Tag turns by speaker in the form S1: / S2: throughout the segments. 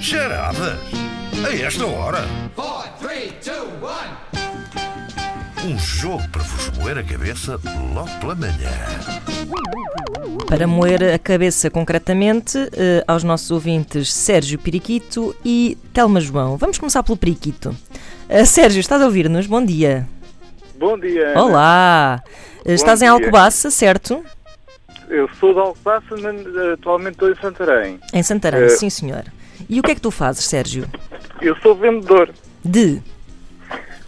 S1: Charadas? A esta hora?
S2: four, three, two, one.
S1: Um jogo para vos moer a cabeça logo pela manhã.
S3: Para moer a cabeça concretamente eh, aos nossos ouvintes Sérgio Piriquito e Telma João. Vamos começar pelo Piriquito. Eh, Sérgio, estás a ouvir-nos? Bom dia.
S4: Bom dia. Ana.
S3: Olá. Eh, estás em
S4: É, né? dia.
S3: Alcobaça, certo?
S4: Eu sou de Alcobaça, mas eh, atualmente estou em Santarém.
S3: Em Santarém,
S4: Eh.
S3: sim senhor. E o que é que tu fazes, Sérgio?
S4: Eu sou vendedor.
S3: De.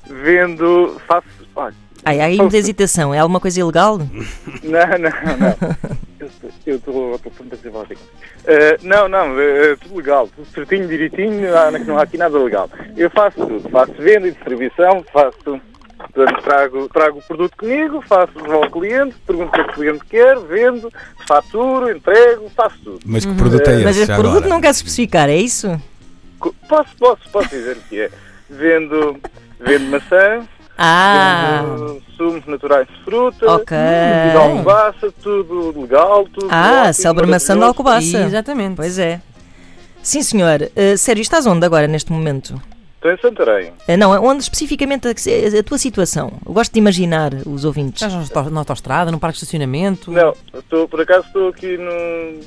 S4: Vendo. Faço. Olha.
S3: Ai, há aí muita hesitação. É alguma coisa ilegal?
S4: Não, não, não. Eu estou- Eu estou a fazer Não, não. eh, tudo legal. Tudo certinho, direitinho. Não há, não há aqui nada legal. Eu faço tudo. Faço venda e distribuição. Faço. Portanto, trago, trago o produto comigo, faço devolvo ao cliente, pergunto o que é que o cliente quer, vendo, faturo, entrego, faço tudo.
S5: Mas que produto é esse?
S3: Mas o
S5: já
S3: produto
S5: agora?
S3: não queres especificar, é isso?
S4: Co- Posso, posso, posso dizer o que é. Vendo, vendo maçã,
S3: Ah.
S4: Temos, uh, sumos naturais de fruta,
S3: Ok.
S4: tudo de alcobaça, tudo legal, tudo
S3: Ah,
S4: ótimo,
S3: célebre maçã de
S4: maravilhoso.
S3: Alcobaça.
S6: Exatamente.
S3: Pois é. Sim senhor. Eh, Sérgio, estás onde agora neste momento?
S4: Estou em Santarém.
S3: Ah, Não, onde especificamente a, que se- a tua situação? Eu gosto de imaginar os ouvintes.
S6: Estás na auto- na autostrada, num parque de estacionamento.
S4: Não, estou, por acaso estou aqui no,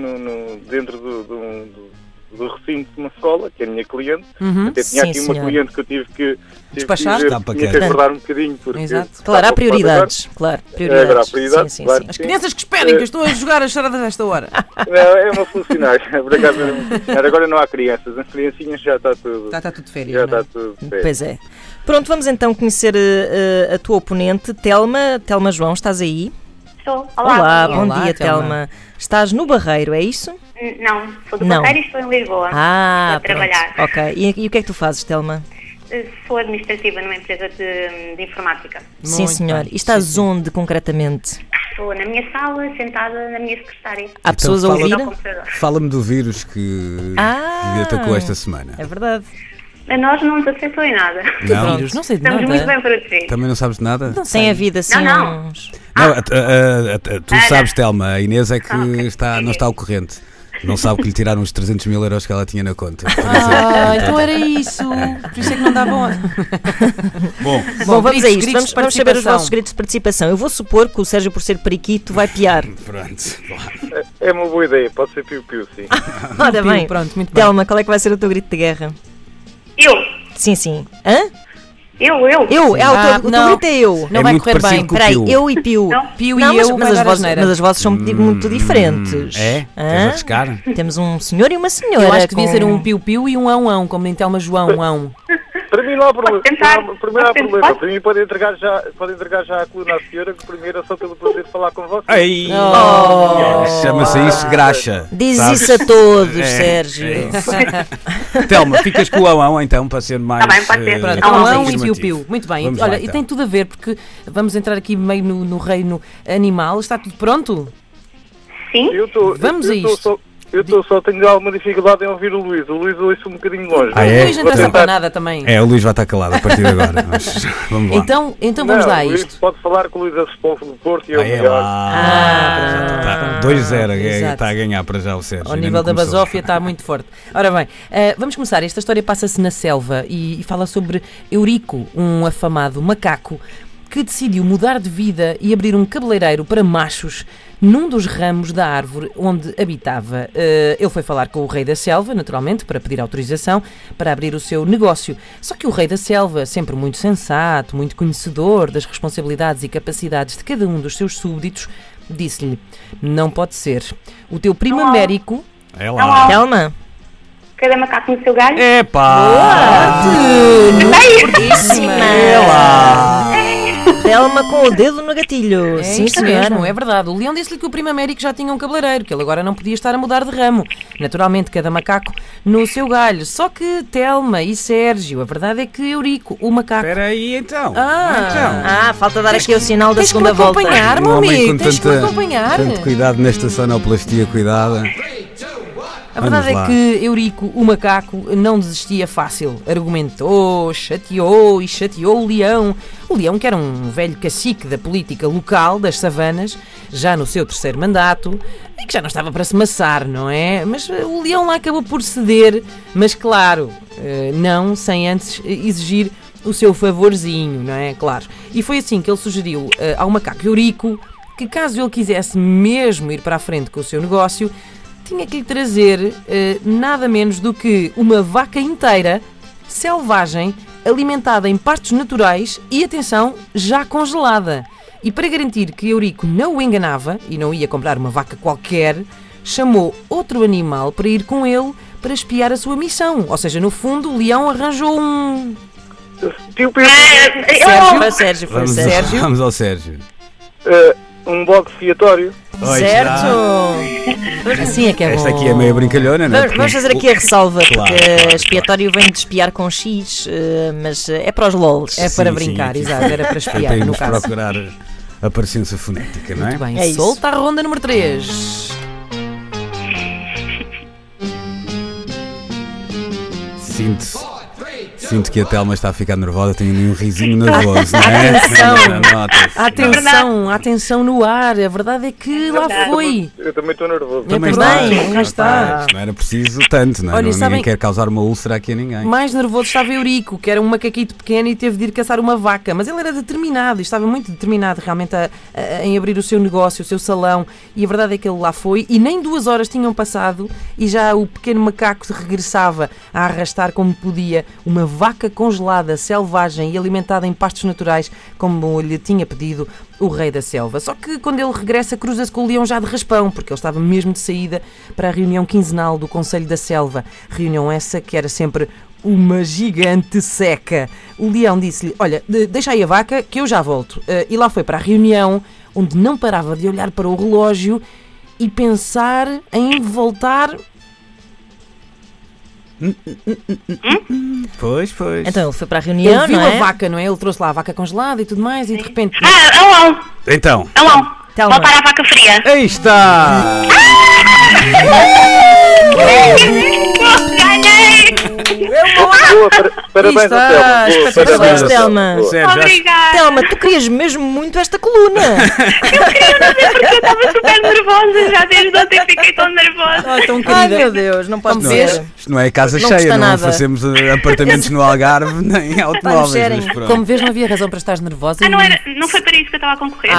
S4: no, no- dentro do, do, do- do recinto de uma escola, que é a minha cliente.
S6: Uhum.
S4: Até tinha
S3: Sim,
S4: aqui uma
S3: senhora.
S4: cliente que eu tive que tive
S6: Despachar?
S4: Que, dizer,
S5: Está para
S4: tinha que
S5: quê?
S4: aguardar um bocadinho. Porque
S6: Exato.
S4: estava
S3: Claro, há
S4: ocupado agora.
S3: prioridades. Claro, prioridades.
S4: É, haverá prioridades,
S3: sim, sim,
S4: claro.
S3: sim.
S6: As crianças que esperem, que eu estou a jogar as charadas desta hora.
S4: Não, é uma funcionária. Por acaso era uma funcionária. Agora não há crianças. As criancinhas já está tudo.
S6: Está, tudo de férias.
S4: já tá.
S6: não é?
S4: está tudo. feito.
S3: Pois é. Pronto, vamos então conhecer eh, eh, a tua oponente, Telma. Telma João, estás aí?
S7: Estou. Olá.
S3: bom
S6: Olá,
S3: dia, Telma.
S6: Telma.
S3: Estás no Barreiro, é isso?
S7: N- Hum, Não, sou do
S3: Não.
S7: Barreiro e estou em Lisboa.
S3: Ah,
S7: Estou a trabalhar.
S3: pronto. Ok. E, e o que é que tu fazes, Telma?
S7: Uh, Sou administrativa numa empresa de, de informática.
S3: sim,
S6: Muito
S3: senhor. tá
S6: bem.
S3: E estás
S6: Sim, sim.
S3: onde concretamente?
S7: Estou na minha sala, sentada na minha secretária.
S3: Há
S5: Então
S3: pessoas a
S5: fala-
S3: ouvir?
S7: Ao computador.
S5: Fala-me do vírus que
S3: Ah.
S5: me atacou esta semana.
S3: É verdade.
S7: A nós não nos aceitou em nada.
S5: Não?
S6: Vírus, não sei de
S7: Estamos muito
S6: nada.
S7: bem protegidos.
S5: Também não sabes de nada?
S6: Não
S3: Tem
S6: sei.
S3: havido assim
S7: não.
S3: uns.
S5: Não, a- a- a- a- tu
S7: Ana.
S5: sabes, Telma, a Inês é que
S7: Ah, ok.
S5: está, não está ao corrente. Não sabe que lhe tiraram os 300 mil euros que ela tinha na conta. por exemplo.
S6: Ah, então era isso. Por isso é que não dá bom.
S5: Bom,
S3: Bom, vamos a
S6: gritos,
S3: isto.
S6: gritos
S3: Vamos,
S6: de
S3: vamos saber os
S6: participação.
S3: vossos gritos de participação. Eu vou supor que o Sérgio, por ser periquito, vai piar.
S5: pronto. claro.
S4: É uma boa ideia, pode ser piu-piu, sim.
S3: Ora
S6: Pio,
S3: bem.
S6: pronto, muito bem.
S3: Telma, qual é que vai ser o teu grito de guerra?
S7: Eu,
S3: Sim, sim. Hã?
S7: eu, eu.
S3: Eu? É, o teu,
S6: Ah,
S3: o teu
S6: não.
S3: grito é eu.
S6: Não
S5: É
S6: vai
S5: muito
S6: correr
S5: parecido
S6: bem.
S5: com o
S3: Peraí,
S5: Piu.
S3: eu e Pio.
S7: Não.
S6: Pio e
S3: Não, mas,
S6: eu,
S3: mas
S6: vai
S3: as
S6: dar
S3: vozes,
S6: asneira.
S3: mas as vozes são di- muito diferentes.
S5: Hum, É? Queres
S3: Hã?
S5: arriscar?
S3: Temos um senhor e uma senhora.
S6: Eu acho que devia
S3: com-
S6: ser um piu-piu e um ão-ão, como nem Telma João, um ão.
S4: Para mim não há problema.
S7: Pode
S4: Para
S7: tentar.
S4: mim não há
S7: Pode
S4: problema.
S7: tentar.
S4: Para mim pode entregar já, pode entregar já a coluna à senhora, que primeiro é só pelo prazer de falar com você.
S5: Ai. Chama-se isso graxa.
S3: Diz
S5: sabes?
S3: isso a todos,
S5: É,
S3: Sérgio.
S5: é isso. Telma, ficas com o Auão então para ser mais.
S7: bem, pode ser.
S5: eh,
S3: É
S7: Pronto,
S6: é Ão,
S7: Ão,
S6: Um ão e
S5: afirmativo.
S6: piu-piu. Muito bem.
S5: Vamos lá,
S6: Olha, e
S5: então.
S6: tem tudo a ver, porque vamos entrar aqui meio no, no reino animal. Está tudo pronto?
S7: Sim,
S4: Eu tô,
S6: Vamos
S4: eu
S6: a
S4: tô
S6: isto.
S4: só- eu tô só tenho alguma dificuldade em ouvir o Luís. O Luís ouço um bocadinho longe.
S5: Ah, é?
S6: Hoje não interessa
S4: Vou
S6: para
S4: tentar-
S6: nada também.
S5: É, o Luís vai estar calado a partir de agora. mas vamos lá.
S6: Então, então vamos
S4: Não,
S6: lá a
S4: o Luís
S6: isto.
S4: Pode falar com o Luís Aspolfo do Porto e é o
S5: Ah, é
S4: melhor.
S5: lá. Tá, 2-0 é-
S6: Ah. Exato.
S5: está a ganhar para já o Sérgio.
S6: Ao
S5: ainda
S6: nível
S5: não
S6: da
S5: começou.
S6: basófia está muito forte. Ora bem, eh, vamos começar. Esta história passa-se na selva e, e fala sobre Eurico, um afamado macaco que decidiu mudar de vida e abrir um cabeleireiro para machos num dos ramos da árvore onde habitava. Eh, ele foi falar com o rei da selva, naturalmente, para pedir autorização para abrir o seu negócio. Só que o rei da selva, sempre muito sensato, muito conhecedor das responsabilidades e capacidades de cada um dos seus súbditos, disse-lhe: Não pode ser. O teu primo
S7: Não há-
S6: Américo
S5: É lá.
S3: Telma.
S7: cada macaco no seu galho.
S5: Epá!
S3: Fortíssima.
S5: É lá!
S3: Telma com o dedo no gatilho.
S6: É
S3: Sim,
S6: isso
S3: senhora.
S6: mesmo, é verdade. O leão disse-lhe que o primo Américo já tinha um cabeleireiro, que ele agora não podia estar a mudar de ramo. Naturalmente, cada macaco no seu galho. Só que Telma e Sérgio, a verdade é que Eurico, o macaco.
S5: Espera aí então.
S6: Ah.
S3: Ah, falta dar aqui o sinal da
S6: Tens que me
S3: segunda volta.
S6: acompanhar,
S5: então.
S6: meu
S5: Um homem
S6: amigo.
S5: com
S6: Tens que me
S5: tanta,
S6: acompanhar.
S5: tanto cuidado nesta sonoplastia, cuidado.
S2: Three, two, one.
S6: A verdade
S5: Vamos lá.
S6: é que Eurico, o macaco, não desistia fácil. Argumentou, chateou e chateou o leão. O leão, que era um velho cacique da política local das savanas, já no seu terceiro mandato, e que já não estava para se maçar, não é? Mas eh, o leão lá acabou por ceder, mas claro, eh, não sem antes eh, exigir o seu favorzinho, não é? Claro. E foi assim que ele sugeriu eh, ao macaco Eurico que caso ele quisesse mesmo ir para a frente com o seu negócio, tinha que lhe trazer eh, nada menos do que uma vaca inteira, selvagem, alimentada em partes naturais e, atenção, já congelada. E para garantir que Eurico não o enganava e não ia comprar uma vaca qualquer, chamou outro animal para ir com ele para espiar a sua missão. Ou seja, no fundo, o leão arranjou um.
S4: Tio Pedro,
S3: Sérgio, foi
S6: Ah,
S7: Eu,
S3: Sérgio, foi
S5: Vamos,
S3: Sérgio.
S5: vamos ao Sérgio.
S6: é.
S4: eh, um box fiatório.
S5: Oi,
S3: Certo! Assim é que é
S5: Esta
S3: bom.
S5: aqui é meio brincalhona, não é?
S3: Vamos, vamos
S5: Porque-
S3: fazer aqui a ressalva, porque
S5: Claro, claro,
S3: expiatório vem de espiar com X, eh, mas eh, é para os LOLs.
S6: É
S5: Sim,
S6: para
S5: sim,
S6: brincar,
S5: aqui
S6: exato, era para espiar,
S5: Para
S6: no
S5: irmos
S6: caso.
S5: procurar a presença fonética, não é?
S6: Muito bem,
S3: É isso.
S6: solta a ronda número 3.
S5: Sinto, sinto que a Telma está a ficar nervosa, tem ali um risinho nervoso, não é?
S6: Atenção.
S5: Não, não, nota-se.
S6: Atenção, atenção no ar. A verdade é que lá
S7: verdade.
S6: foi.
S4: Eu também estou nervoso.
S5: Também
S6: É
S5: está.
S6: verdade, lá
S5: Lá
S6: está.
S5: Isto não era preciso tanto, não é?
S6: Olha,
S5: Não- ninguém
S6: sabem-
S5: quer causar uma úlcera aqui a ninguém.
S6: Mais nervoso estava Eurico, que era um macaquito pequeno e teve de ir caçar uma vaca. Mas ele era determinado e estava muito determinado realmente a- a- em abrir o seu negócio, o seu salão. E a verdade é que ele lá foi e nem duas horas tinham passado e já o pequeno macaco regressava a arrastar como podia uma vaca congelada, selvagem e alimentada em pastos naturais, como lhe tinha pedido o rei da selva. Só que quando ele regressa, cruza-se com o leão já de raspão, porque ele estava mesmo de saída para a reunião quinzenal do Conselho da Selva. Reunião essa que era sempre uma gigante seca. O leão disse-lhe: Olha, de- deixa aí a vaca que eu já volto. Eh, e lá foi para a reunião, onde não parava de olhar para o relógio e pensar em voltar.
S5: Pois, pois.
S3: Então ele foi para a
S6: Ele
S3: reunião,
S6: viu
S3: não é?
S6: a vaca, não é? Ele trouxe lá a vaca congelada e tudo mais, e de repente.
S7: ah, alão,
S5: Então,
S7: alão.
S3: Telma.
S7: Voltar à vaca fria. Ah!
S5: aí está!
S7: Ganhei!
S3: é?
S6: Ah!
S4: Boa, para- parabéns
S6: está,
S4: à Telma. Boa,
S6: espetacular.
S4: parabéns à
S3: Parabéns, Telma.
S4: Boa.
S5: Sérgio, já-
S7: Obrigada!
S3: Telma, tu querias mesmo muito esta coluna.
S7: Eu estava super nervosa já desde ontem, fiquei tão nervosa.
S6: Oh, tão
S3: Ai
S6: querida.
S3: meu Deus, não pode
S6: Como
S5: não é-
S3: ser.
S6: vês?
S5: isto não é casa
S3: Não custa
S5: cheia, não
S3: nada.
S5: fazemos eh, apartamentos no Algarve nem automóveis.
S3: sharing.
S5: mas pronto.
S6: Como vês, não havia razão para estares nervosa.
S7: Ah,
S6: e-
S7: não, era, não foi para isso que eu estava a concorrer.
S5: Não,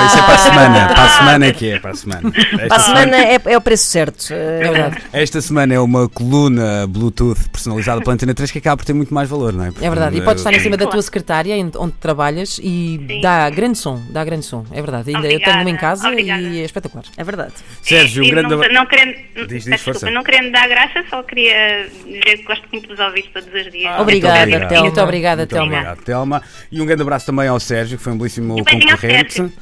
S5: não, isso é para a semana. Para a semana é que é, para a semana.
S3: Para
S5: Esta
S3: a
S6: Ah.
S3: semana é, é o preço certo.
S6: É verdade.
S5: Esta semana é uma coluna Bluetooth personalizada pela Antena 3 que acaba por ter muito mais valor, não é?
S6: É verdade, e
S5: Portanto,
S6: podes estar em cima da
S7: Claro.
S6: tua secretária em- onde trabalhas e dá grande som, dá grande som, é verdade. Ainda eu tenho uma em
S7: Obrigada,
S6: casa
S7: obrigada.
S6: e é espetacular.
S3: É verdade.
S5: Sérgio, um
S7: E
S5: grande
S7: não,
S5: abraço.
S7: não querendo,
S5: Diz, diz,
S7: peço
S5: força.
S7: desculpa, não querendo dar graça, só queria dizer que gosto muito dos ouvidos todos os dias.
S5: Ah.
S3: Obrigada,
S5: obrigado.
S3: Telma.
S6: Muito obrigada,
S5: Muito
S6: Telma.
S5: obrigado, Telma. E um grande abraço também ao Sérgio, que foi um belíssimo
S7: beijinho ao
S5: concorrente.
S7: Sérgio.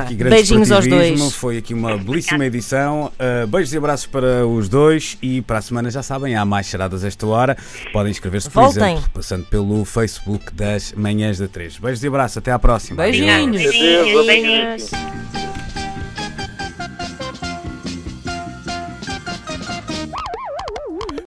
S5: Aqui, grande
S3: Beijinhos aos
S5: esportivismo.
S3: dois.
S5: Foi aqui uma belíssima edição. Uh, beijos e abraços para os dois. E para a semana, já sabem, há mais charadas a esta hora. Podem inscrever-se, por
S3: Voltem.
S5: exemplo, passando pelo Facebook das Manhãs da 3. Beijos e abraços. Até à próxima.
S6: Beijinhos.
S5: Adeus.
S7: Beijinhos.
S4: Adeus,
S7: Beijinhos.
S4: beijinhos.